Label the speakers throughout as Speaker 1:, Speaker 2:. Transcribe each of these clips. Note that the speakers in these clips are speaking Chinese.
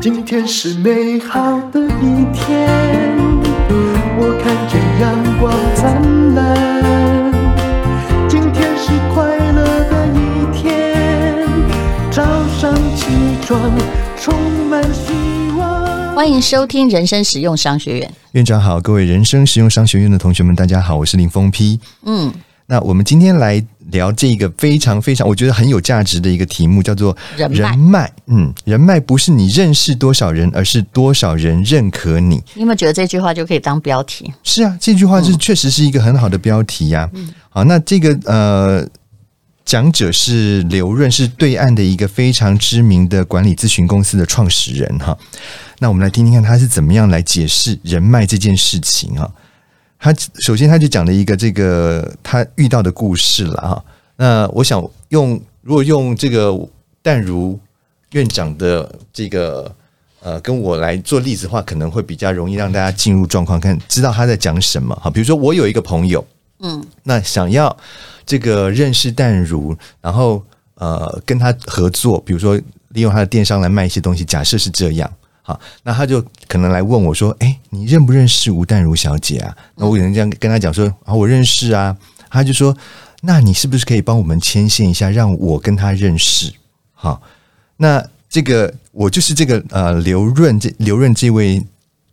Speaker 1: 今天是美好的一天，我看见阳光灿烂。今天是快乐的一天，早上起床充满希望。
Speaker 2: 欢迎收听人生实用商学院。
Speaker 3: 院长好，各位人生实用商学院的同学们，大家好，我是林峰批。
Speaker 2: 嗯，
Speaker 3: 那我们今天来聊这个非常非常我觉得很有价值的一个题目，叫做
Speaker 2: 人脉
Speaker 3: 嗯，人脉不是你认识多少人，而是多少人认可你。
Speaker 2: 你有没有觉得这句话就可以当标题？
Speaker 3: 是啊，这句话
Speaker 2: 嗯
Speaker 3: 是确实是一个很好的标题呀、好，那这个呃，讲者是刘润，是对岸的一个非常知名的管理咨询公司的创始人哈。那我们来听听看他是怎么样来解释人脉这件事情啊哈。他首先他就讲了一个这个他遇到的故事了哈。那我想用如果用这个淡如院长的这个呃跟我来做例子的话，可能会比较容易让大家进入状况，看知道他在讲什么哈。比如说我有一个朋友，
Speaker 2: 嗯，
Speaker 3: 那想要这个认识淡如，然后呃跟他合作，比如说利用他的电商来卖一些东西，假设是这样。好，那他就可能来问我说：“哎、你认不认识吴淡如小姐啊？”那我可能这样跟他讲说：“啊，我认识啊。”他就说：“那你是不是可以帮我们牵线一下，让我跟他认识？”好，那这个我就是这个呃刘润这刘润这位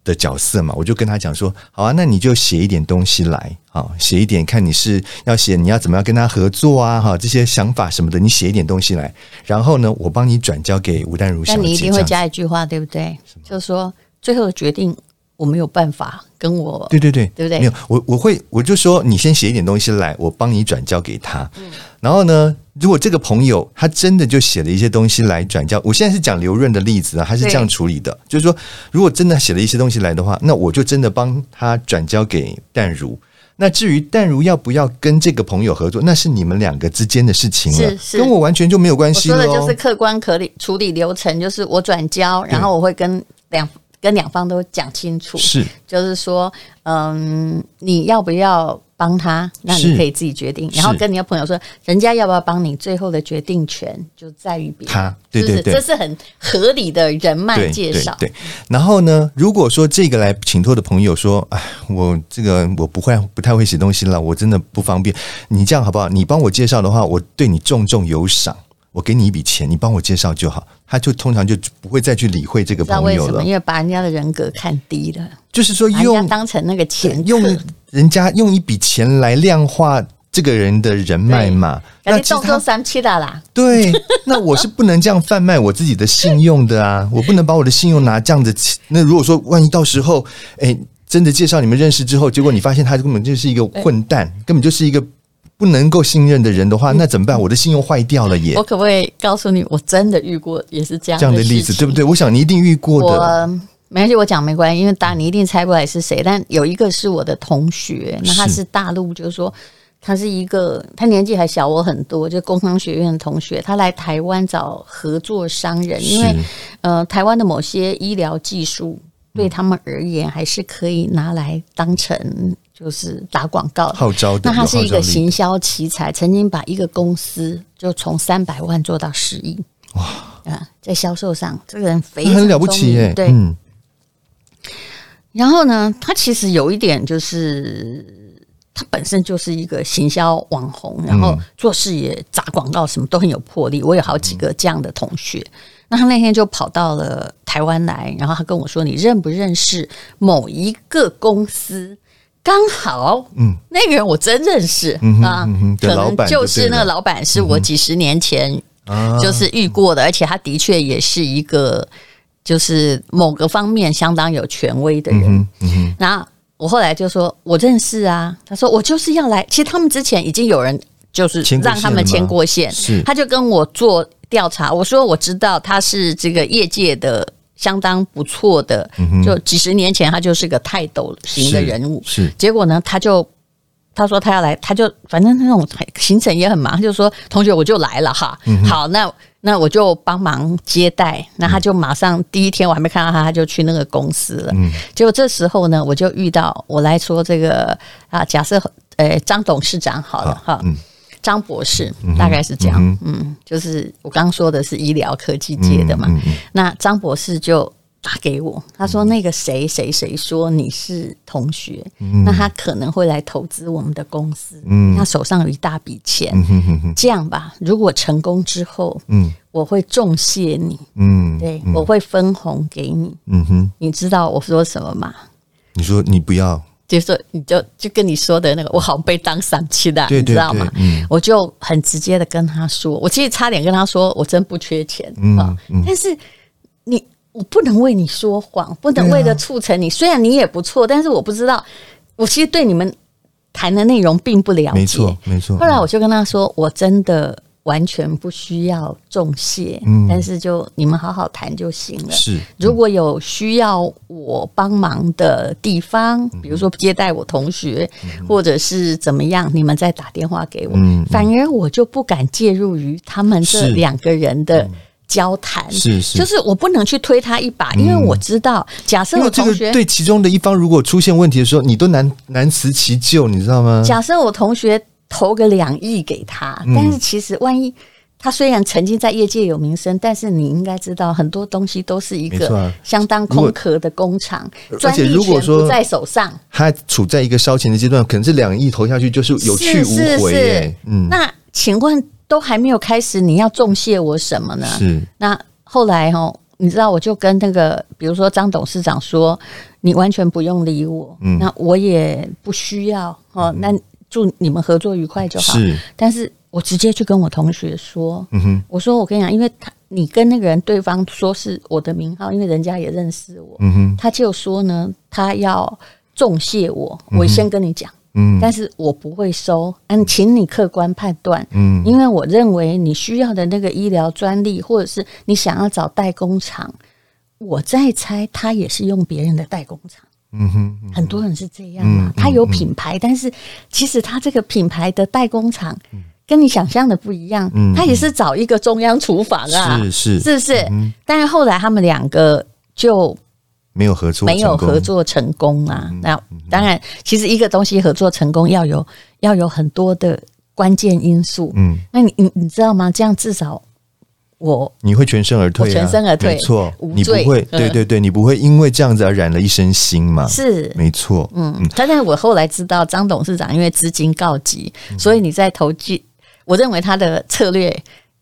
Speaker 3: 的角色嘛，我就跟他讲说，好啊，那你就写一点东西来，好，写一点，看你是要写你要怎么样跟他合作啊，哈，这些想法什么的，你写一点东西来，然后呢，我帮你转交给吴淡如小姐，
Speaker 2: 但你一定
Speaker 3: 这
Speaker 2: 会
Speaker 3: 样子
Speaker 2: 加一句话，对不对？就是说最后的决定我没有办法跟我
Speaker 3: 对对对，
Speaker 2: 对不对
Speaker 3: 没有，我我会我就说你先写一点东西来，我帮你转交给他。
Speaker 2: 嗯
Speaker 3: 然后呢，如果这个朋友他真的就写了一些东西来转交，我现在是讲刘润的例子啊，他是这样
Speaker 2: 对
Speaker 3: 处理的，就是说如果真的写了一些东西来的话，那我就真的帮他转交给淡如。那至于淡如要不要跟这个朋友合作，那是你们两个之间的事情了
Speaker 2: 是，是
Speaker 3: 跟我完全就没有关
Speaker 2: 我
Speaker 3: 系
Speaker 2: 说
Speaker 3: 了
Speaker 2: 的
Speaker 3: 哦。
Speaker 2: 就是客观可理处理流程，就是我转交，然后我会跟两跟两方都讲清楚，
Speaker 3: 是
Speaker 2: 就是说，嗯，你要不要帮他，那你
Speaker 3: 是
Speaker 2: 可以自己决定，
Speaker 3: 是
Speaker 2: 然后跟你的朋友说，人家要不要帮你，最后的决定权就在于别人。
Speaker 3: 他对
Speaker 2: 是不是
Speaker 3: 对对
Speaker 2: 这是很合理的人脉
Speaker 3: 对
Speaker 2: 介绍。
Speaker 3: 对对。然后呢，如果说这个来请托的朋友说：“哎，我这个我不会不太会写东西了，我真的不方便。”你这样好不好？你帮我介绍的话，我对你重重有赏，我给你一笔钱，你帮我介绍就好。他就通常就不会再去理会这个
Speaker 2: 知道
Speaker 3: 朋
Speaker 2: 为
Speaker 3: 友
Speaker 2: 什么？
Speaker 3: 了，
Speaker 2: 因为把人家的人格看低了，
Speaker 3: 就是说
Speaker 2: 把人家
Speaker 3: 用
Speaker 2: 当成那个钱
Speaker 3: 用人家用一笔钱来量化这个人的人脉嘛。
Speaker 2: 人
Speaker 3: 那
Speaker 2: 家
Speaker 3: 其实
Speaker 2: 动
Speaker 3: 他
Speaker 2: 作三七的啦，
Speaker 3: 对，那我是不能这样贩卖我自己的信用的啊！ 我不能把我的信用拿这样子起。那如果说万一到时候，哎，真的介绍你们认识之后，结果你发现他根本就是一个混蛋，
Speaker 2: 嗯
Speaker 3: 根本就是一个不能够信任的人的话，那怎么办？我的信用坏掉了耶
Speaker 2: 我！可不可以告诉你，我真的遇过也是这样
Speaker 3: 这样的例
Speaker 2: 事
Speaker 3: 子
Speaker 2: 情
Speaker 3: 对不对？我想你一定遇过的。
Speaker 2: 我没关系，我讲没关系，因为当然你一定猜不来是谁。但有一个是我的同学，那他
Speaker 3: 是
Speaker 2: 是大陆，就是说他是一个，他年纪还小我很多，就工商学院的同学。他来台湾找合作商人，因为
Speaker 3: 是
Speaker 2: 呃，台湾的某些医疗技术对他们而言还是可以拿来当成就是打广告的。
Speaker 3: 号召的，
Speaker 2: 那
Speaker 3: 嗯
Speaker 2: 他
Speaker 3: 有
Speaker 2: 是
Speaker 3: 号
Speaker 2: 一
Speaker 3: 召
Speaker 2: 个
Speaker 3: 力
Speaker 2: 行销奇才，曾经把一个公司就从三百万做到十亿。哇！啊，在销售上，这个人非
Speaker 3: 那
Speaker 2: 常
Speaker 3: 很了不
Speaker 2: 聪
Speaker 3: 起
Speaker 2: 明
Speaker 3: 耶！
Speaker 2: 对，
Speaker 3: 嗯，
Speaker 2: 然后呢，他其实有一点就是，他本身就是一个行销网红，然
Speaker 3: 嗯
Speaker 2: 后做事也砸广告，什么都很有魄力。我有好几个这样的同学。那他那天就跑到了台湾来，然后他跟我说：“你认不认识某一个公司？”刚好，嗯，那个人我真认识、
Speaker 3: 哼
Speaker 2: 啊，
Speaker 3: 嗯哼
Speaker 2: 可
Speaker 3: 的老
Speaker 2: 能
Speaker 3: 板就
Speaker 2: 就是
Speaker 3: 对
Speaker 2: 那个
Speaker 3: 了
Speaker 2: 老板是我几十年前
Speaker 3: 啊
Speaker 2: 就是遇过的，而且他的确也是一个就是某个方面相当有权威的人。
Speaker 3: 嗯嗯哼，
Speaker 2: 那我后来就说，我认识啊。他说我就是要来。其实他们之前已经有人就是
Speaker 3: 牵过线
Speaker 2: 让他们牵过线，
Speaker 3: 是
Speaker 2: 他就跟我做调查。我说我知道他是这个业界的相当不错的，就几十年前他就是个泰斗型的
Speaker 3: 嗯是
Speaker 2: 人物。
Speaker 3: 是
Speaker 2: 结果呢，他就他说他要来，他就反正那种行程也很忙，他就说同学我就来了哈，好那那我就帮忙接待，那他就马上第一天我还没看到他，他就去那个公司了，结果这时候呢，我就遇到我来说这个啊，假设呃张董事长好了哈，张博士，大概是这样。嗯就是我刚说的是医疗科技界的嘛，
Speaker 3: 嗯嗯嗯
Speaker 2: 那张博士就。打给我，他说那个谁谁谁说你是同学，那他可能会来投资我们的公司，
Speaker 3: 嗯
Speaker 2: 他手上有一大笔钱，
Speaker 3: 嗯哼哼哼，
Speaker 2: 这样吧，如果成功之后，
Speaker 3: 嗯
Speaker 2: 我会重谢你，
Speaker 3: 嗯，
Speaker 2: 对、我会分红给你。
Speaker 3: 嗯哼，
Speaker 2: 你知道我说什么吗？
Speaker 3: 你说你不要，
Speaker 2: 就说你就就跟你说的那个，我好像被当丧气的，
Speaker 3: 对对
Speaker 2: 你知道吗？
Speaker 3: 对嗯
Speaker 2: 我就很直接的跟他说，我其实差点跟他说，我真不缺钱
Speaker 3: 嗯
Speaker 2: 啊、但是你我不能为你说谎，不能
Speaker 3: 对啊
Speaker 2: 为了促成你，虽然你也不错，但是我不知道，我其实对你们谈的内容并不了解，
Speaker 3: 没错没错，嗯
Speaker 2: 后来我就跟他说，我真的完全不需要重谢，
Speaker 3: 嗯
Speaker 2: 但是就你们好好谈就行了。
Speaker 3: 是
Speaker 2: 如果有需要我帮忙的地方，
Speaker 3: 嗯
Speaker 2: 比如说接待我同学，或者是怎么样，你们再打电话给我。
Speaker 3: 嗯嗯
Speaker 2: 反而我就不敢介入于他们这
Speaker 3: 是嗯
Speaker 2: 两个人的交谈，
Speaker 3: 是是
Speaker 2: 就是我不能去推他一把，因为我知道，假设
Speaker 3: 因
Speaker 2: 我
Speaker 3: 为这
Speaker 2: 同
Speaker 3: 个
Speaker 2: 学
Speaker 3: 对其中的一方如果出现问题的时候，你都难难辞其咎，你知道吗？
Speaker 2: 假设我同学投个两亿给他，
Speaker 3: 嗯
Speaker 2: 但是其实万一他虽然曾经在业界有名声，但是你应该知道很多东西都是一
Speaker 3: 没错
Speaker 2: 个
Speaker 3: 啊
Speaker 2: 相当
Speaker 3: 如
Speaker 2: 空
Speaker 3: 果
Speaker 2: 壳的工厂，
Speaker 3: 而
Speaker 2: 专
Speaker 3: 且
Speaker 2: 利
Speaker 3: 如果
Speaker 2: 权不
Speaker 3: 说
Speaker 2: 在手上，
Speaker 3: 他处在一个烧钱的阶段，可能这两亿投下去就是有去
Speaker 2: 是
Speaker 3: 无
Speaker 2: 是
Speaker 3: 回、
Speaker 2: 是
Speaker 3: 耶，嗯，
Speaker 2: 那请问都还没有开始，你要重谢我什么呢？
Speaker 3: 是
Speaker 2: 那后来哦，你知道，我就跟那个，比如说张董事长说，你完全不用理我，
Speaker 3: 嗯
Speaker 2: 那我也不需要哦，那祝你们合作愉快就好。
Speaker 3: 是
Speaker 2: 但是我直接去跟我同学说，
Speaker 3: 嗯哼，
Speaker 2: 我说我跟你讲，因为他你跟那个人对方说是我的名号，因为人家也认识我，
Speaker 3: 嗯哼，
Speaker 2: 他就说呢，他要重谢我，我先跟你讲。
Speaker 3: 嗯
Speaker 2: 但是我不会收，嗯，请你客观判断，
Speaker 3: 嗯
Speaker 2: 因为我认为你需要的那个医疗专利，或者是你想要找代工厂，我在猜他也是用别人的代工厂。
Speaker 3: 嗯哼，嗯
Speaker 2: 很多人是这样嘛，他有品牌，但是其实他这个品牌的代工厂
Speaker 3: 嗯
Speaker 2: 跟你想象的不一样，他也是找一个中央厨房啊，
Speaker 3: 是嗯是嗯
Speaker 2: 是不是？但是后来他们两个就
Speaker 3: 没有合作，
Speaker 2: 没有合，作成功
Speaker 3: 嗯
Speaker 2: 啊。那当然，其实一个东西合作成功要有要有很多的关键因素。
Speaker 3: 嗯，
Speaker 2: 那你你你知道吗？这样至少我
Speaker 3: 你会全身而退、啊，
Speaker 2: 我全身而退
Speaker 3: 没错，
Speaker 2: 无
Speaker 3: 你不
Speaker 2: 罪
Speaker 3: 会，
Speaker 2: 嗯
Speaker 3: 对对对，你不会因为这样子而染了一身腥嘛，
Speaker 2: 是
Speaker 3: 没错，
Speaker 2: 嗯，但是我后来知道张董事长因为资金告急，
Speaker 3: 嗯
Speaker 2: 所以你在投机，我认为他的策略。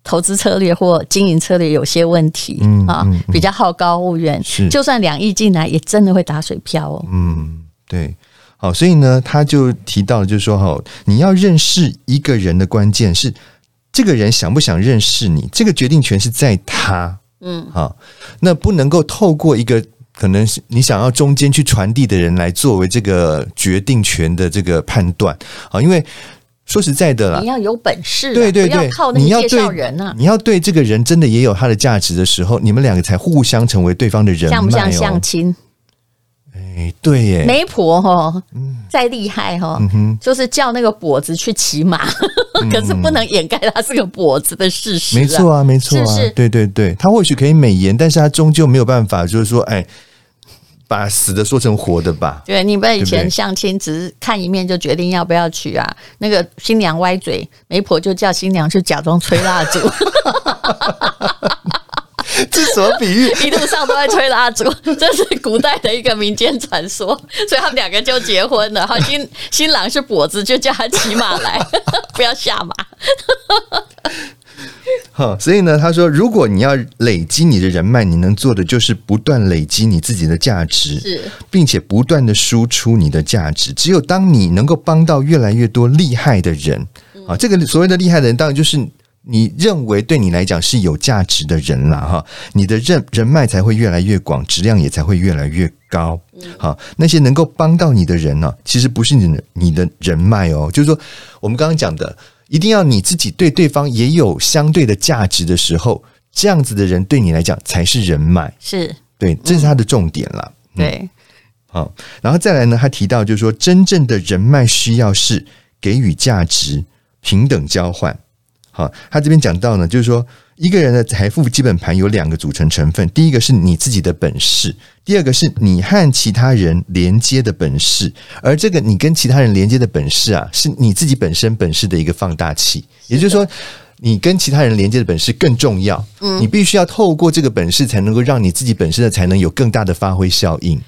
Speaker 2: 投资策略或经营策略有些问题
Speaker 3: 嗯
Speaker 2: 啊
Speaker 3: 嗯，
Speaker 2: 比较好高骛远
Speaker 3: 是，
Speaker 2: 就算两亿进来，也真的会打水漂哦。
Speaker 3: 嗯，对。好，所以呢，他就提到了，就是说哈，你要认识一个人的关键是这个人想不想认识你，这个决定权是在他。嗯，好，那不能够透过一个可能是你想要中间去传递的人来作为这个决定权的这个判断好，因为说实在的啦
Speaker 2: 你，要有本事啊，
Speaker 3: 对对
Speaker 2: 不
Speaker 3: 对
Speaker 2: 要靠，那
Speaker 3: 你要
Speaker 2: 个介
Speaker 3: 对
Speaker 2: 绍人啊。
Speaker 3: 你要对这个人真的也有他的价值的时候，你们两个才互相成为对方的人脉
Speaker 2: 像不像相
Speaker 3: 哦。
Speaker 2: 亲？
Speaker 3: 哎，嗯对耶，
Speaker 2: 媒婆哈，再厉害哈，就是叫那个跛子去骑马， 可是不能掩盖他是个跛子的事实。
Speaker 3: 嗯没错，啊，没错
Speaker 2: 是
Speaker 3: 啊，
Speaker 2: 不是
Speaker 3: 对对对，他或许可以美颜，但是他终究没有办法，就是说，哎，把死的说成活的吧。
Speaker 2: 对，你们以
Speaker 3: 对不
Speaker 2: 前
Speaker 3: 对
Speaker 2: 相亲只是看一面就决定要不要娶啊？那个新娘歪嘴，媒婆就叫新娘去假装吹蜡 烛，
Speaker 3: 这什么比喻？
Speaker 2: 一路上都在吹蜡烛，这是古代的一个民间传说，所以他们两个就结婚了。然后新新郎是跛子，就叫他骑马 来，不要下马。
Speaker 3: 哈，所以呢，他说，如果你要累积你的人脉，你能做的就是不断累积你自己的价值，
Speaker 2: 是
Speaker 3: 并且不断的输出你的价值。只有当你能够帮到越来越多厉害的人，啊，这个所谓的厉害的人，当然就是你认为对你来讲是有价值的人啦，哈，你的人人脉才会越来越广，质量也才会越来越高。好，那些能够帮到你的人呢、其实不是你的你的人脉哦，就是说我们刚刚讲的，一定要你自己对对方也有相对的价值的时候，这样子的人对你来讲才是人脉，
Speaker 2: 是，
Speaker 3: 对，这是他的重点啦。
Speaker 2: 对。
Speaker 3: 好，然后再来呢，他提到就是说，真正的人脉需要是给予价值、平等交换。好，他这边讲到呢，就是说，一个人的财富基本盘有两个组成成分，第一个是你自己的本事，第二个是你和其他人连接的本事。而这个你跟其他人连接的本事啊，是你自己本身本事的一个放大器。也就是说，你跟其他人连接的本事更重要。嗯，你必须要透过这个本事，才能够让你自己本身的才能有更大的发挥效应。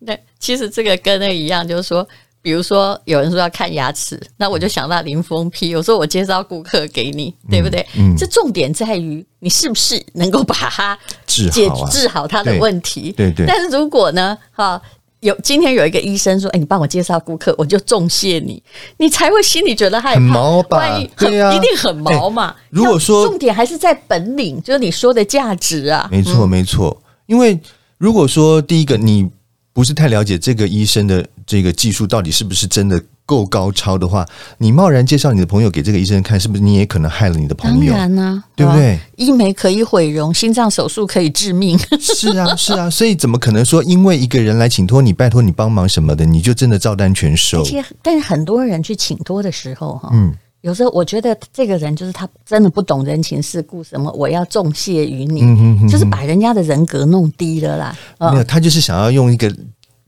Speaker 2: 那其实这个跟那个一样，就是说，比如说有人说要看牙齿，那我就想到林峰批，有时候我介绍顾客给你，对不对？
Speaker 3: 嗯
Speaker 2: 这重点在于你是不是能够把它
Speaker 3: 治
Speaker 2: 解
Speaker 3: 好啊
Speaker 2: 治好他的
Speaker 3: 对
Speaker 2: 问题。
Speaker 3: 对对
Speaker 2: 但是如果呢，哈。有今天有一个医生说：“哎、你帮我介绍顾客，我就重谢你，你才会心里觉得害怕。
Speaker 3: 很毛吧
Speaker 2: 万一很
Speaker 3: 对 啊
Speaker 2: 一定很毛嘛。
Speaker 3: 如果说
Speaker 2: 要重点还是在本领，就是你说的价值啊，
Speaker 3: 没错，没错。因为如果说第一个你不是太了解这个医生的这个技术到底是不是真的够高超的话，你贸然介绍你的朋友给这个医生看，是不是你也可能害了你的
Speaker 2: 当
Speaker 3: 朋友？
Speaker 2: 然啊，
Speaker 3: 对不
Speaker 2: 吧
Speaker 3: 对？
Speaker 2: 医美可以毁容，心脏手术可以致 命。
Speaker 3: 是啊，是啊。所以怎么可能说因为一个人来请托你、拜托你帮忙什么的，你就真的照单全收
Speaker 2: 而？且，但是很多人去请托的时候，哈，
Speaker 3: 嗯
Speaker 2: 有时候我觉得这个人就是他真的不懂人情世故，什么我要重谢于你，
Speaker 3: 嗯哼哼
Speaker 2: 就是把人家的人格弄低了啦。
Speaker 3: 没有，他就是想要用一个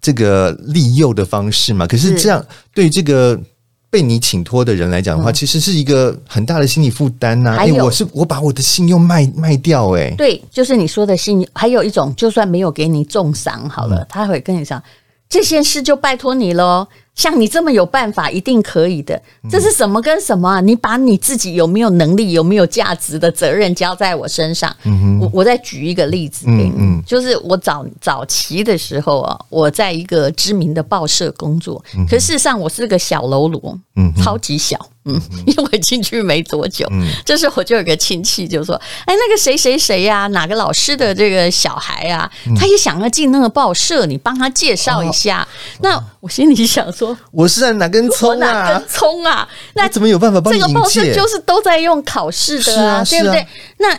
Speaker 3: 这个利诱的方式嘛。可是
Speaker 2: 是
Speaker 3: 这样对这个被你请托的人来讲的话，其实是一个很大的心理负担
Speaker 2: 嗯
Speaker 3: 呐、
Speaker 2: 还
Speaker 3: 诶
Speaker 2: 有
Speaker 3: 我是我把我的信用卖卖掉、哎诶，
Speaker 2: 对，就是你说的信，还有一种，就算没有给你重赏好
Speaker 3: 嗯
Speaker 2: 了，他会跟你讲这件事就拜托你喽。像你这么有办法，一定可以的。
Speaker 3: 嗯
Speaker 2: 这是什么跟什么啊？你把你自己有没有能力、有没有价值的责任交在我身上。我我再举一个例子给你，
Speaker 3: 嗯嗯嗯
Speaker 2: 就是我早早期的时候啊，我在一个知名的报社工作，可事实上我是个小喽啰，
Speaker 3: 嗯哼嗯
Speaker 2: 超级小，嗯，因为我进去没多久，这时候我就有个亲戚就说：“哎，那个谁谁谁呀、哪个老师的这个小孩啊，
Speaker 3: 嗯
Speaker 2: 他也想要进那个报社，你帮他介绍一下。那我心里想说，
Speaker 3: 我是在哪根
Speaker 2: 我
Speaker 3: 哦葱
Speaker 2: 哪
Speaker 3: 啊
Speaker 2: 根？葱啊？那
Speaker 3: 我怎么有办法帮你
Speaker 2: 这个
Speaker 3: 引
Speaker 2: 报社
Speaker 3: 荐？
Speaker 2: 就是都在用考试的啊，
Speaker 3: 是啊
Speaker 2: 对不
Speaker 3: 是啊
Speaker 2: 对？那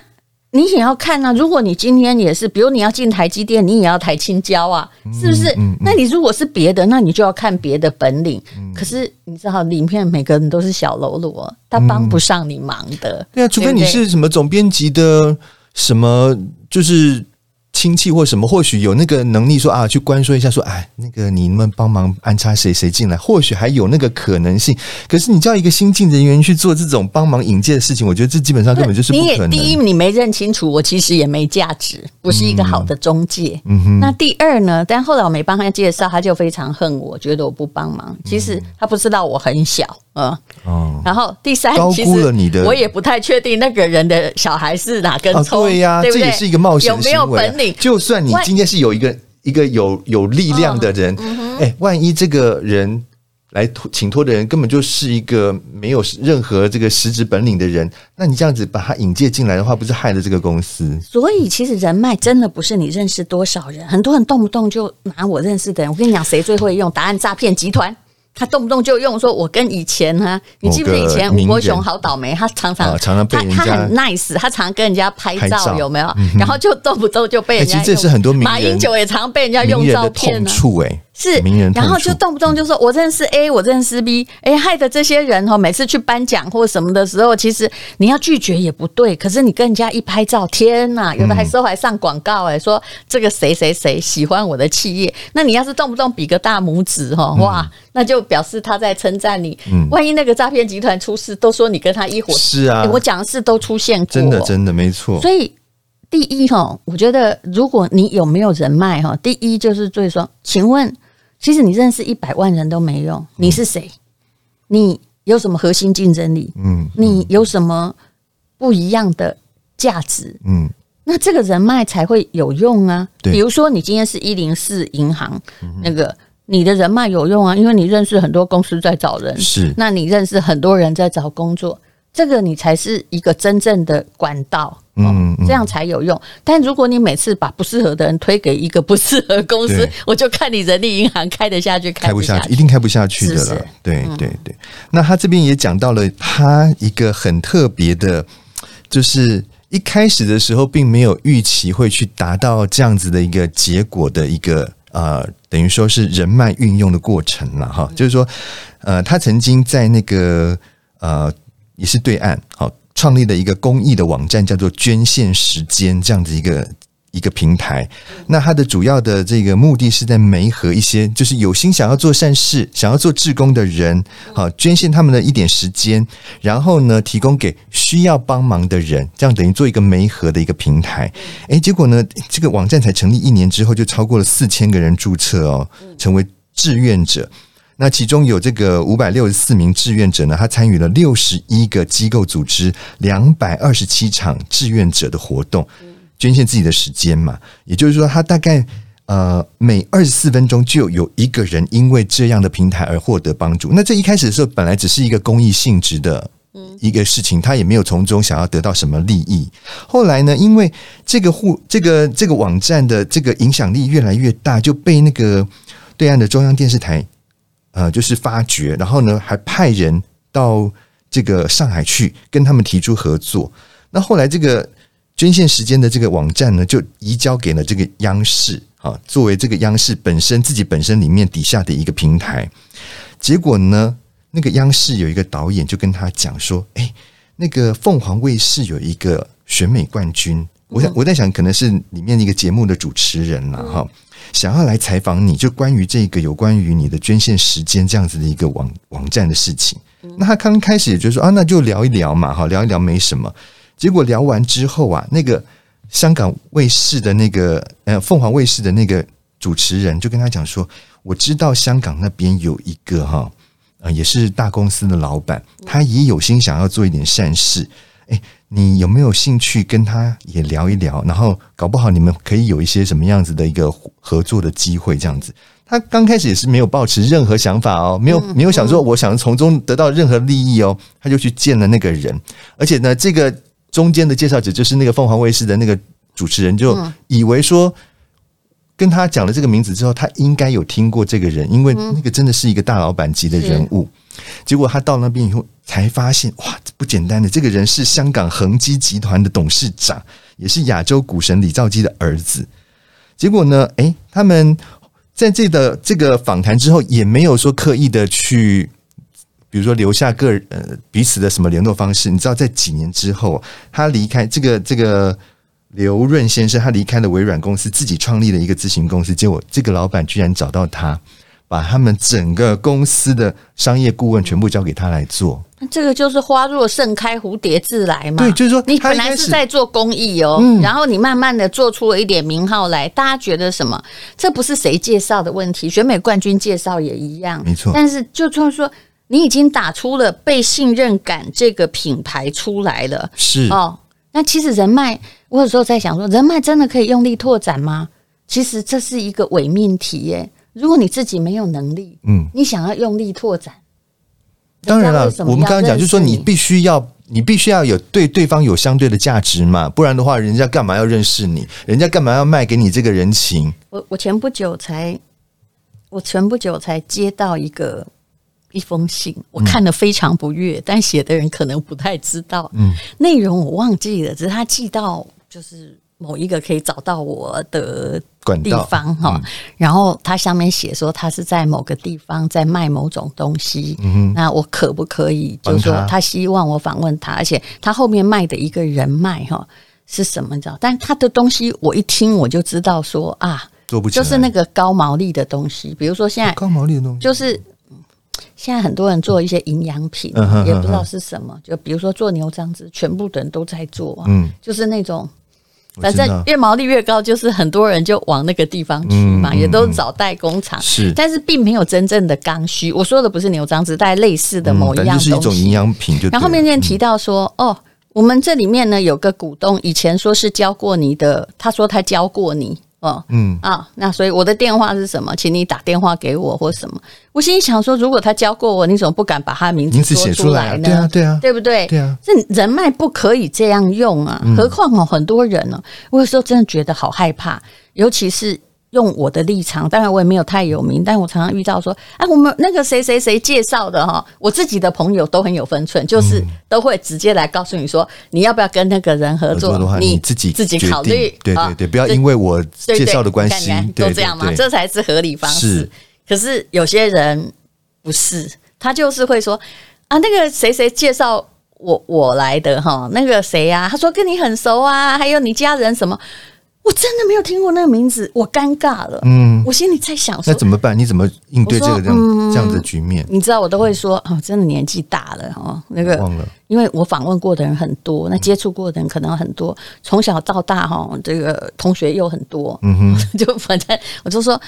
Speaker 2: 你也要看啊，如果你今天也是，比如你要进台积电，你也要台青交啊，
Speaker 3: 嗯
Speaker 2: 是不是？那你如果是别的，那你就要看别的本领。
Speaker 3: 嗯
Speaker 2: 可是你知道，里面每个人都是小喽啰，啊他帮不上你忙的。
Speaker 3: 对啊，除非
Speaker 2: 不
Speaker 3: 你
Speaker 2: 对
Speaker 3: 是什么总编辑的什么，就是亲戚或什么，或许有那个能力说啊，去关说一下说，哎，那个你们帮忙安插谁谁进来，或许还有那个可能性。可是你叫一个新进人员去做这种帮忙引荐的事情，我觉得这基本上根本就是不
Speaker 2: 你也
Speaker 3: 可能。
Speaker 2: 第一，你没认清楚，我其实也没价值，不是一个好的中介。
Speaker 3: 嗯
Speaker 2: 那第二呢？但后来我没帮他介绍，他就非常恨我，觉得我不帮忙。其
Speaker 3: 嗯
Speaker 2: 实他不知道我很小，嗯。
Speaker 3: 哦，
Speaker 2: 然后第三，
Speaker 3: 高估
Speaker 2: 其实
Speaker 3: 了你的
Speaker 2: 我也不太确定那个人的小孩是哪根
Speaker 3: 啊，
Speaker 2: 葱，
Speaker 3: 对呀、
Speaker 2: 对不
Speaker 3: 这
Speaker 2: 对？
Speaker 3: 也是一个冒险
Speaker 2: 有
Speaker 3: 的
Speaker 2: 没
Speaker 3: 行为啊、
Speaker 2: 有本领？
Speaker 3: 就算你
Speaker 2: 万嗯
Speaker 3: 今天是有一个一个有有力量的人，哎、万一这个人来托请托的人根本就是一个没有任何这个实质本领的人，那你这样子把他引介进来的话，不是害了这个公司？
Speaker 2: 所以其实人脉真的不是你认识多少人，很多人动不动就拿我认识的人，我跟你讲谁最会用？答案诈骗集团。他动不动就用说，我跟以前哈、
Speaker 3: 哦
Speaker 2: 你记不记得以前
Speaker 3: 某个
Speaker 2: 吴
Speaker 3: 名
Speaker 2: 国
Speaker 3: 人
Speaker 2: 雄好倒霉，他常常、
Speaker 3: 啊常常被人
Speaker 2: 他他
Speaker 3: 家
Speaker 2: 很 nice，他常跟人家拍
Speaker 3: 拍
Speaker 2: 照，
Speaker 3: 照嗯
Speaker 2: 有没有？然后就动不动就被人家
Speaker 3: 哎
Speaker 2: 用、
Speaker 3: 其实这是很多名人
Speaker 2: 马英九也常被人家
Speaker 3: 名
Speaker 2: 用
Speaker 3: 人
Speaker 2: 照
Speaker 3: 的
Speaker 2: 片啊
Speaker 3: 痛
Speaker 2: 呢、
Speaker 3: 处、哎，
Speaker 2: 是
Speaker 3: 名人痛
Speaker 2: 然
Speaker 3: 处，
Speaker 2: 后就动不动就说我认识 A，我认识 B，哎，害的这些人哦，每次去颁奖或什么的时候，其实你要拒绝也不对，可是你跟人家一拍照，天呐，
Speaker 3: 嗯
Speaker 2: 有的还收还上广告哎、说这个谁谁谁喜欢我的企业，那你要是动不动比个大拇指哦，
Speaker 3: 嗯
Speaker 2: 哇，那就表示他在称赞你。万一那个诈骗集团出事，都说你跟他一伙，
Speaker 3: 是啊
Speaker 2: 哎我讲的事都出现过，
Speaker 3: 真的真的没错，
Speaker 2: 所以第一哈，我觉得如果你有没有人脉哈，第一就是最说，请问，其实你认识一百万人都没
Speaker 3: 嗯
Speaker 2: 用，你是谁？你有什么核心竞争力？
Speaker 3: 嗯
Speaker 2: 你有什么不一样的价值？
Speaker 3: 嗯，
Speaker 2: 那这个人脉才会有用啊。
Speaker 3: 对
Speaker 2: 比如说你今天是一零四银行那个。你的人脉有用啊，因为你认识很多公司在找人，
Speaker 3: 是
Speaker 2: 那你认识很多人在找工作，这个你才是一个真正的管道，哦
Speaker 3: 嗯嗯
Speaker 2: 这样才有用。但如果你每次把不适合的人推给一个不适合公司
Speaker 3: 对，
Speaker 2: 我就看你人力银行开得下去，
Speaker 3: 开
Speaker 2: 不
Speaker 3: 不下
Speaker 2: 下
Speaker 3: 去，一定开不下去的了。
Speaker 2: 是不是嗯
Speaker 3: 对对对，那他这边也讲到了他一个很特别的，就是一开始的时候并没有预期会去达到这样子的一个结果的一个呃，等于说是人脉运用的过程了哈。
Speaker 2: 嗯
Speaker 3: 就是说，呃，他曾经在那个呃也是对岸好。创立了一个公益的网站，叫做捐献时间这样子一个一个平台。那它的主要的这个目的是在媒合一些就是有心想要做善事、想要做志工的人，好捐献他们的一点时间，然后呢提供给需要帮忙的人，这样等于做一个媒合的一个平台。诶，结果呢，这个网站才成立一年之后，就超过了四千个人注册哦，成为志愿者。那其中有这个五百六十四名志愿者呢，他参与了六十一个机构组织、两百二十七场志愿者的活动，捐献自己的时间嘛。也就是说，他大概呃每二十四分钟就有一个人因为这样的平台而获得帮助。那这一开始的时候，本来只是一个公益性质的。一个事情，他也没有从中想要得到什么利益。后来呢，因为这个户这个这个网站的这个影响力越来越大，就被那个对岸的中央电视台呃，就是发掘，然后呢，还派人到这个上海去跟他们提出合作。那后来这个捐献时间的这个网站呢，就移交给了这个央视啊，作为这个央视本身自己本身里面底下的一个平台。结果呢，那个央视有一个导演就跟他讲说：“哎、那个凤凰卫视有一个选美冠军，我想我在想，可能是里面一个节目的主持人了哈。”想要来采访你，就关于这个有关于你的捐献时间这样子的一个网网站的事情。那他刚开始也就说啊，那就聊一聊嘛，哈，聊一聊没什么。结果聊完之后啊，那个香港卫视的那个呃凤凰卫视的那个主持人就跟他讲说，我知道香港那边有一个哈，呃，也是大公司的老板，他也有心想要做一点善事。哎，你有没有兴趣跟他也聊一聊？然后搞不好你们可以有一些什么样子的一个合作的机会，这样子。他刚开始也是没有抱持任何想法哦，没有没有想说我想从中得到任何利益哦，他就去见了那个人，而且呢，这个中间的介绍者就是那个凤凰卫视的那个主持人，就以为说跟他讲了这个名字之后，他应该有听过这个人，因为那个真的是一个大老板级的人物。结果他到那边以后才发现，哇，这不简单的，这个人是香港恒基集团的董事长，也是亚洲股神李兆基的儿子。结果呢，诶，他们在这个这个访谈之后，也没有说刻意的去，比如说留下个人呃彼此的什么联络方式。你知道，在几年之后，他离开这个这个刘润先生，他离开了微软公司，自己创立了一个咨询公司。结果这个老板居然找到他，把他们整个公司的商业顾问全部交给他来做。
Speaker 2: 那这个就是花若盛开，蝴蝶自来嘛。
Speaker 3: 对就是说
Speaker 2: 你
Speaker 3: 他
Speaker 2: 本
Speaker 3: 一
Speaker 2: 来
Speaker 3: 开
Speaker 2: 是
Speaker 3: 始嗯
Speaker 2: 在做公益哦，然后你慢慢的做出了一点名号来，大家觉得什么？这不是谁介绍的问题，选美冠军介绍也一样，
Speaker 3: 没错
Speaker 2: 但是就就是说，你已经打出了被信任感这个品牌出来了，
Speaker 3: 是
Speaker 2: 哦，那其实人脉，我有时候在想说，人脉真的可以用力拓展吗？其实这是一个伪命题耶。如果你自己没有能力，
Speaker 3: 嗯，
Speaker 2: 你想要用力拓展，
Speaker 3: 当然了
Speaker 2: 人家为，什么
Speaker 3: 我们刚刚
Speaker 2: 要
Speaker 3: 讲就是说，
Speaker 2: 认识
Speaker 3: 你
Speaker 2: 你
Speaker 3: 必须要，你必须要有对对方有相对的价值嘛，不然的话，人家干嘛要认识你？人家干嘛要卖给你这个人情？
Speaker 2: 我我前不久才，我前不久才接到一个一封信，
Speaker 3: 嗯
Speaker 2: 我看了非常不悦，但写的人可能不太知道，嗯，内容我忘记了，只是他寄到就是某一个可以找到我的
Speaker 3: 管
Speaker 2: 地
Speaker 3: 道
Speaker 2: 方哈，然后他上面写说他是在某个地方在卖某种东西，那我可不可以就是说
Speaker 3: 嗯帮他
Speaker 2: 他希望我访问他，而且他后面卖的一个人脉哈是什么你知道？但他的东西我一听我就知道说啊，
Speaker 3: 做不起来
Speaker 2: 就是那个高毛利的东西，比如说现在
Speaker 3: 高毛利的东西，
Speaker 2: 就是嗯现在很多人做一些营养品，
Speaker 3: 嗯哼
Speaker 2: 也不知道是什么，就比如说做牛樟芝，全部的人都在做、啊，
Speaker 3: 嗯
Speaker 2: 就是那种。
Speaker 3: 我
Speaker 2: 反
Speaker 3: 知
Speaker 2: 正
Speaker 3: 道
Speaker 2: 越毛利越高，就是很多人就往那个地方去嘛，
Speaker 3: 嗯嗯
Speaker 2: 也都找代工厂，
Speaker 3: 是
Speaker 2: 但是并没有真正的刚需。我说的不是牛樟芝，带类似的
Speaker 3: 嗯
Speaker 2: 某一
Speaker 3: 反正
Speaker 2: 样
Speaker 3: 就是一
Speaker 2: 东
Speaker 3: 种
Speaker 2: 西，
Speaker 3: 营养品就对了，嗯
Speaker 2: 然后后面面提到说，哦，我们这里面呢有个股东，以前说是教过你的，他说他教过你，哦，
Speaker 3: 嗯
Speaker 2: 啊，那所以我的电话是什么？请你打电话给我或什么。我心里想说，如果他教过我，你怎么不敢把他的名字
Speaker 3: 名字
Speaker 2: 说
Speaker 3: 写
Speaker 2: 出
Speaker 3: 出来
Speaker 2: 来
Speaker 3: 啊，
Speaker 2: 呢？
Speaker 3: 对啊，对啊，
Speaker 2: 对不对？
Speaker 3: 对啊，嗯
Speaker 2: 这人脉不可以这样用啊！何况哦，很多人呢、我有时候真的觉得好害怕，尤其是用我的立场，当然我也没有太有名，但我常常遇到说，哎，我们那个谁谁谁介绍的哈、我自己的朋友都很有分寸，
Speaker 3: 嗯
Speaker 2: 就是都会直接来告诉你说，你要不要跟那个人合
Speaker 3: 合作
Speaker 2: 作
Speaker 3: 的话，你自己
Speaker 2: 自己
Speaker 3: 决
Speaker 2: 考
Speaker 3: 定
Speaker 2: 虑，
Speaker 3: 对
Speaker 2: 啊
Speaker 3: 对对，不要
Speaker 2: 这
Speaker 3: 因为我
Speaker 2: 对
Speaker 3: 介绍的关
Speaker 2: 你
Speaker 3: 系
Speaker 2: 看你看，
Speaker 3: 对
Speaker 2: 都这样嘛，
Speaker 3: 对
Speaker 2: 这才是合理方式
Speaker 3: 是。
Speaker 2: 可是有些人不是，他就是会说啊，那个谁谁介绍我我来的哈，那个谁呀、他说跟你很熟啊，还有你家人什么，我真的没有听过那个名字，我尴尬了。
Speaker 3: 嗯，
Speaker 2: 我心里在想说
Speaker 3: 那，怎么办？你怎么应对这
Speaker 2: 我说
Speaker 3: 个这样、
Speaker 2: 嗯
Speaker 3: 这样子的局面？
Speaker 2: 你知道我都会说哦，真的年纪大了哦，那个
Speaker 3: 忘了
Speaker 2: 因为我访问过的人很多，那接触过的人可能很多，从小到大哈，这个同学又很多，
Speaker 3: 嗯
Speaker 2: 就反正我就说，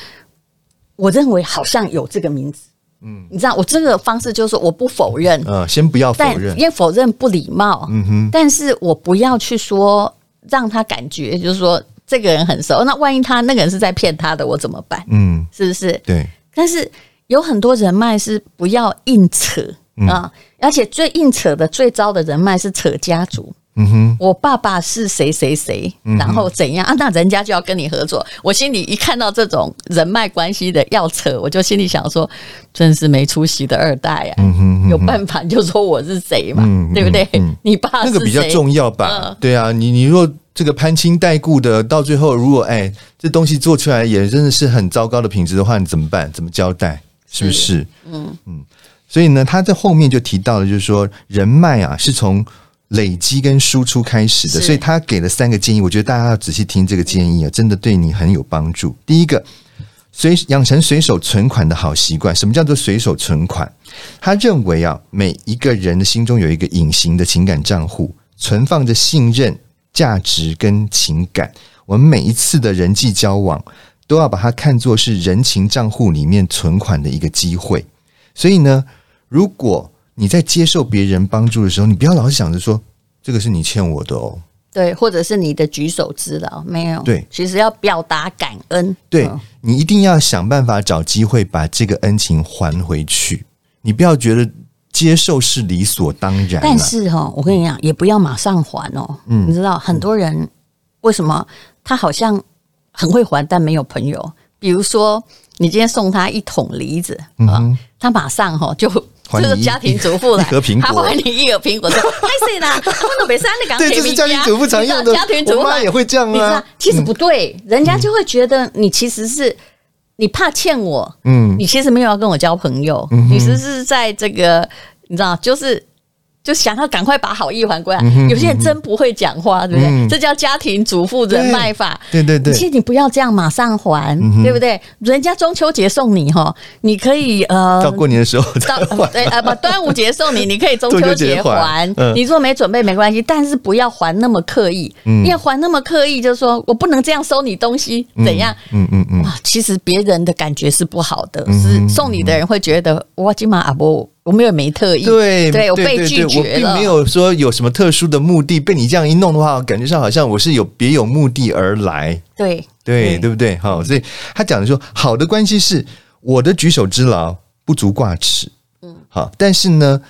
Speaker 2: 我认为好像有这个名字，嗯，你知道我这个方式就是说我不否认，
Speaker 3: 呃，先不要否
Speaker 2: 但
Speaker 3: 认
Speaker 2: 因，为否认不礼貌，
Speaker 3: 嗯哼，
Speaker 2: 但是我不要去说让他感觉就是说这个人很熟，那万一他那个人是在骗他的，我怎么办？
Speaker 3: 嗯，
Speaker 2: 是不是？
Speaker 3: 对，
Speaker 2: 但是有很多人脉是不要硬扯
Speaker 3: 嗯
Speaker 2: 啊，而且最硬扯的、最糟的人脉是扯家族。
Speaker 3: 嗯哼，
Speaker 2: 我爸爸是谁谁谁，
Speaker 3: 嗯
Speaker 2: 然后怎样啊？那人家就要跟你合作。我心里一看到这种人脉关系的要扯，我就心里想说，真是没出息的二代啊！
Speaker 3: 嗯哼，嗯
Speaker 2: 有
Speaker 3: 哼
Speaker 2: 办法你就说我是谁嘛，
Speaker 3: 嗯
Speaker 2: 对不对？
Speaker 3: 嗯嗯
Speaker 2: 你爸
Speaker 3: 那
Speaker 2: 是
Speaker 3: 个比较
Speaker 2: 谁嗯
Speaker 3: 重要吧？对啊，你你若这个攀亲带故的，到最后如果哎这东西做出来也真的是很糟糕的品质的话，你怎么办？怎么交代？是不是？嗯嗯，所以呢，他在后面就提到了，就是说人脉啊是从。累积跟输出开始的，
Speaker 2: 是
Speaker 3: 所以他给了三个建议，我觉得大家要仔细听这个建议啊，真的对你很有帮助。第一个，随养成随手存款的好习惯。什么叫做随手存款？他认为啊，每一个人的心中有一个隐形的情感账户，存放着信任、价值跟情感。我们每一次的人际交往，都要把它看作是人情账户里面存款的一个机会。所以呢，如果你在接受别人帮助的时候，你不要老是想着说这个是你欠我的哦，
Speaker 2: 对，或者是你的举手之劳没有？
Speaker 3: 对
Speaker 2: 其实要表达感恩。
Speaker 3: 对
Speaker 2: 嗯
Speaker 3: 你一定要想办法找机会把这个恩情还回去。你不要觉得接受是理所当然、啊，
Speaker 2: 但是哈、哦，我跟你讲，也不要马上还哦。
Speaker 3: 嗯
Speaker 2: 你知道很多人为什么他好像很会还，但没有朋友？比如说，你今天送他一桶梨子啊、他马上哈、哦、就。
Speaker 3: 嗯还
Speaker 2: 就
Speaker 3: 你
Speaker 2: 是
Speaker 3: 一
Speaker 2: 家庭主妇来，
Speaker 3: 一盒苹
Speaker 2: 他
Speaker 3: 果
Speaker 2: 还你一盒苹果，说 太碎啦，我都没删的感觉。
Speaker 3: 对，这是家庭主妇常用的，
Speaker 2: 啊你知道家庭主妇
Speaker 3: 我妈也会这样
Speaker 2: 你知道
Speaker 3: 啊，。嗯
Speaker 2: 其实不对，人家就会觉得你其实是你怕欠我，
Speaker 3: 嗯，
Speaker 2: 你其实没有要跟我交朋友，你只是在这个，你知道，就是就想要赶快把好意还过来。有些人真不会讲话，对不对？
Speaker 3: 嗯
Speaker 2: 这叫家庭主妇人脉法。
Speaker 3: 对对对嗯
Speaker 2: 其实你不要这样马上还，对不对？人家中秋节送你哈，你可以呃
Speaker 3: 到过年的时 候再
Speaker 2: 到
Speaker 3: 换。
Speaker 2: 对啊不，端午节送你，你可以中秋节还
Speaker 3: 中秋节还。嗯
Speaker 2: 你若没准备没关系，但是不要还那么刻意，因为还那么刻意，就是说我不能这样收你东西，怎样？
Speaker 3: 嗯嗯嗯嗯，
Speaker 2: 哇，啊其实别人的感觉是不好的，是送你的人会觉得哇，今晚阿伯我没有没特意，
Speaker 3: 对
Speaker 2: 对我
Speaker 3: 对
Speaker 2: 被
Speaker 3: 对
Speaker 2: 拒
Speaker 3: 对我
Speaker 2: 绝
Speaker 3: 并
Speaker 2: 了
Speaker 3: 没。有说有什么特殊的目的，被你这样一弄的话，感觉上好像我是有别有目的而来，
Speaker 2: 对嗯
Speaker 3: 对嗯对不对？好，所以他讲的说，好的关系是我的举手之劳不足挂齿，嗯，好，但是呢，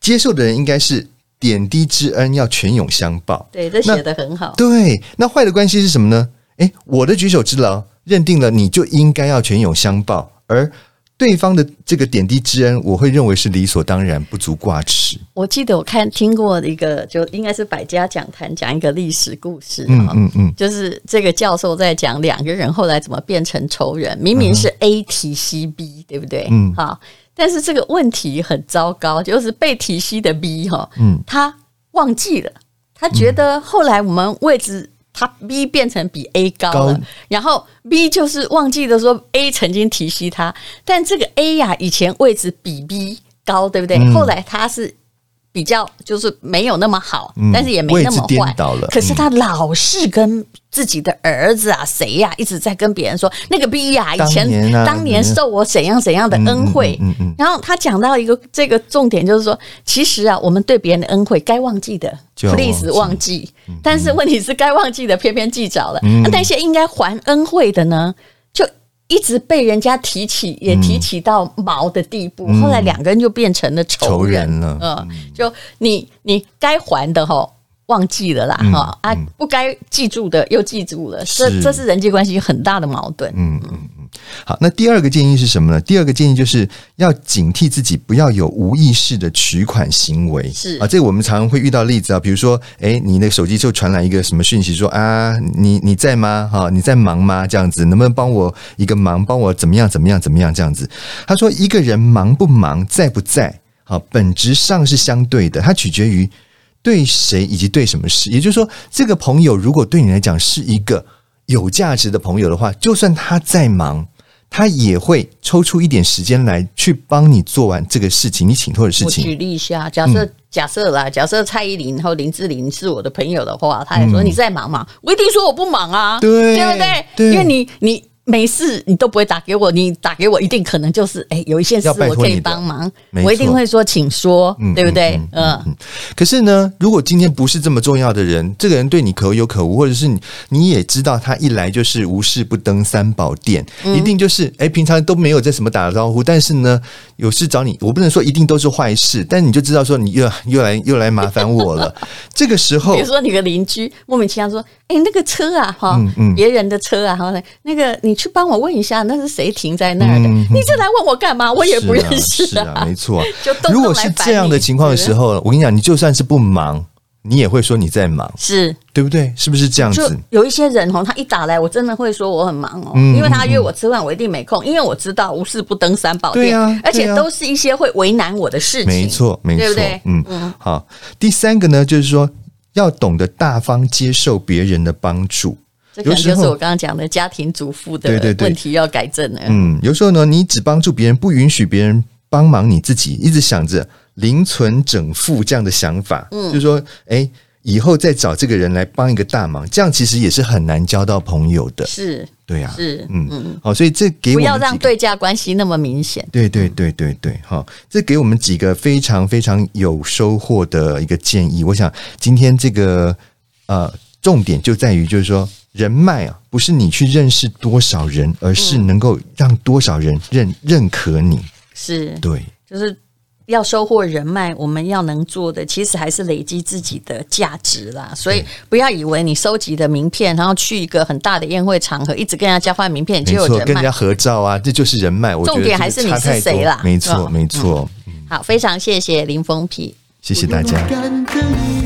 Speaker 3: 接受的人应该是点滴之恩要泉涌相报，
Speaker 2: 对，这
Speaker 3: 那
Speaker 2: 写的很好。
Speaker 3: 对，那坏的关系是什么呢？诶，我的举手之劳认定了你就应该要泉涌相报，而对方的这个点滴之恩，我会认为是理所当然，不足挂齿。
Speaker 2: 我记得我看听过一个，就应该是百家讲坛讲一个历史故事
Speaker 3: 嗯
Speaker 2: 啊，
Speaker 3: 嗯嗯，
Speaker 2: 就是这个教授在讲两个人后来怎么变成仇人，明明是 A 提 C B，对不对？
Speaker 3: 嗯
Speaker 2: 好，但是这个问题很糟糕，就是被提 C 的 B 哈，
Speaker 3: 嗯，
Speaker 2: 他忘记了，他觉得后来我们位置。他 B 变成比 A 高了，
Speaker 3: 高
Speaker 2: 然后 B 就是忘记了说 A 曾经提携他，但这个 A 呀、以前位置比 B 高，对不对？
Speaker 3: 嗯
Speaker 2: 后来他是比较就是没有那么好，
Speaker 3: 嗯
Speaker 2: 但是也没那么
Speaker 3: 位置
Speaker 2: 坏
Speaker 3: 颠倒了。
Speaker 2: 可是他老是跟自己的儿子啊，谁呀、一直在跟别人说那个 B 呀、以前
Speaker 3: 当年啊
Speaker 2: 当年受我怎样怎样的恩惠。
Speaker 3: 嗯嗯嗯嗯嗯
Speaker 2: 然后他讲到一个这个重点，就是说，其实啊，我们对别人的恩惠该忘记的
Speaker 3: 就要忘记嗯
Speaker 2: ，please 忘记。但是问题是，该忘记的偏偏记着了。啊那些应该还恩惠的呢，就一直被人家提起，也提起到毛的地步。
Speaker 3: 嗯
Speaker 2: 后来两个人就变成了仇
Speaker 3: 仇
Speaker 2: 人
Speaker 3: 人了
Speaker 2: 嗯，就你你该还的哈。忘记了啦，哈、啊，不该记住的又记住了，这
Speaker 3: 嗯是嗯
Speaker 2: 这是人际关系很大的矛盾。
Speaker 3: 好，那第二个建议是什么呢？第二个建议就是要警惕自己，不要有无意识的取款行为。
Speaker 2: 是
Speaker 3: 啊，这个我们常常会遇到例子啊，比如说，哎，你那个手机就传来一个什么讯息说啊，你你在吗？哈、你在忙吗？这样子，能不能帮我一个忙？帮我怎么样？怎么样？怎么样？这样子。他说，一个人忙不忙，在不在，好，本质上是相对的，它取决于对谁以及对什么事。也就是说，这个朋友如果对你来讲是一个有价值的朋友的话，就算他再忙，他也会抽出一点时间来去帮你做完这个事情，你请托的事
Speaker 2: 我
Speaker 3: 情。嗯
Speaker 2: 举例一下，假设、假设啦，假设蔡依林和林志玲是我的朋友的话，他也说你在忙嘛，我一定说我不忙啊，
Speaker 3: 嗯对
Speaker 2: 对不对？
Speaker 3: 对
Speaker 2: 因为你你没事，你都不会打给我，你打给我一定可能就是哎、有一些事
Speaker 3: 要拜
Speaker 2: 我
Speaker 3: 托
Speaker 2: 可
Speaker 3: 你
Speaker 2: 以
Speaker 3: 的
Speaker 2: 帮忙，
Speaker 3: 没
Speaker 2: 我一定
Speaker 3: 错
Speaker 2: 会说请说，对不对？嗯。
Speaker 3: 可是呢，如果今天不是这么重要的人，这个人对你可有可无，或者是你你也知道他一来就是无事不登三宝殿，
Speaker 2: 嗯
Speaker 3: 一定就是哎、平常都没有在什么打招呼，但是呢有事找你，我不能说一定都是坏事，但你就知道说你又又来又来麻烦我 了。这个时候
Speaker 2: 比如，说，你的邻居莫名其妙说：“哎、那个车啊，哈
Speaker 3: 嗯，嗯
Speaker 2: 别、人的车啊，哈，那个你去帮我问一下，那是谁停在那儿的？
Speaker 3: 嗯嗯
Speaker 2: 你这来问我干嘛？我也不认识
Speaker 3: 是啊，是啊没错啊、
Speaker 2: 就动动
Speaker 3: 如果是这样的情况的时候，我跟你讲，你就算是不忙，你也会说你在忙，
Speaker 2: 是，
Speaker 3: 对不对？是不是这样
Speaker 2: 就
Speaker 3: 子？
Speaker 2: 有一些人哦，他一打来，我真的会说我很忙哦，
Speaker 3: 嗯
Speaker 2: 因为他约我吃饭，我一定没空，因为我知道无事不登三宝
Speaker 3: 对
Speaker 2: 殿，
Speaker 3: 啊
Speaker 2: 而且
Speaker 3: 对啊
Speaker 2: 都是一些会为难我的事情。
Speaker 3: 没错，没错，
Speaker 2: 对不对
Speaker 3: 嗯，好。第三个呢，就是说要懂得大方接受别人的帮助。
Speaker 2: 这可能就
Speaker 3: 有
Speaker 2: 是
Speaker 3: 时候
Speaker 2: 我刚刚讲的家庭主妇的
Speaker 3: 对对对
Speaker 2: 问题要改正了。
Speaker 3: 嗯，有时候呢，你只帮助别人，不允许别人帮忙你自己，一直想着零存整付这样的想法，嗯，就是说，哎，以后再找这个人来帮一个大忙，这样其实也是很难交到朋友的。
Speaker 2: 是
Speaker 3: 对呀、
Speaker 2: 是，
Speaker 3: 嗯，好，所以这给我
Speaker 2: 不
Speaker 3: 们
Speaker 2: 要
Speaker 3: 几
Speaker 2: 让
Speaker 3: 个
Speaker 2: 对价关系那么明显。
Speaker 3: 对对对对对，哈，这给我们几个非常非常有收获的一个建议。我想今天这个呃，重点就在于就是说人脉啊，不是你去认识多少人，而是
Speaker 2: 嗯
Speaker 3: 能够让多少人认认可你。
Speaker 2: 是，
Speaker 3: 对，
Speaker 2: 就是要收获人脉，我们要能做的，其实还是累积自己的价值啦。所
Speaker 3: 嗯
Speaker 2: 以不要以为你收集的名片，然后去一个很大的宴会场合，一直跟人家交换名片，
Speaker 3: 没
Speaker 2: 就有
Speaker 3: 错，
Speaker 2: 人
Speaker 3: 跟人
Speaker 2: 脉
Speaker 3: 家。合照啊，这就是人脉。我觉得
Speaker 2: 重点
Speaker 3: 这个
Speaker 2: 还是你
Speaker 3: 差
Speaker 2: 是
Speaker 3: 太
Speaker 2: 谁
Speaker 3: 多
Speaker 2: 啦
Speaker 3: 没
Speaker 2: 是吧嗯
Speaker 3: 错，没错，
Speaker 2: 好，非常谢谢林峰皮。
Speaker 3: 谢谢大家。
Speaker 1: 勇敢地一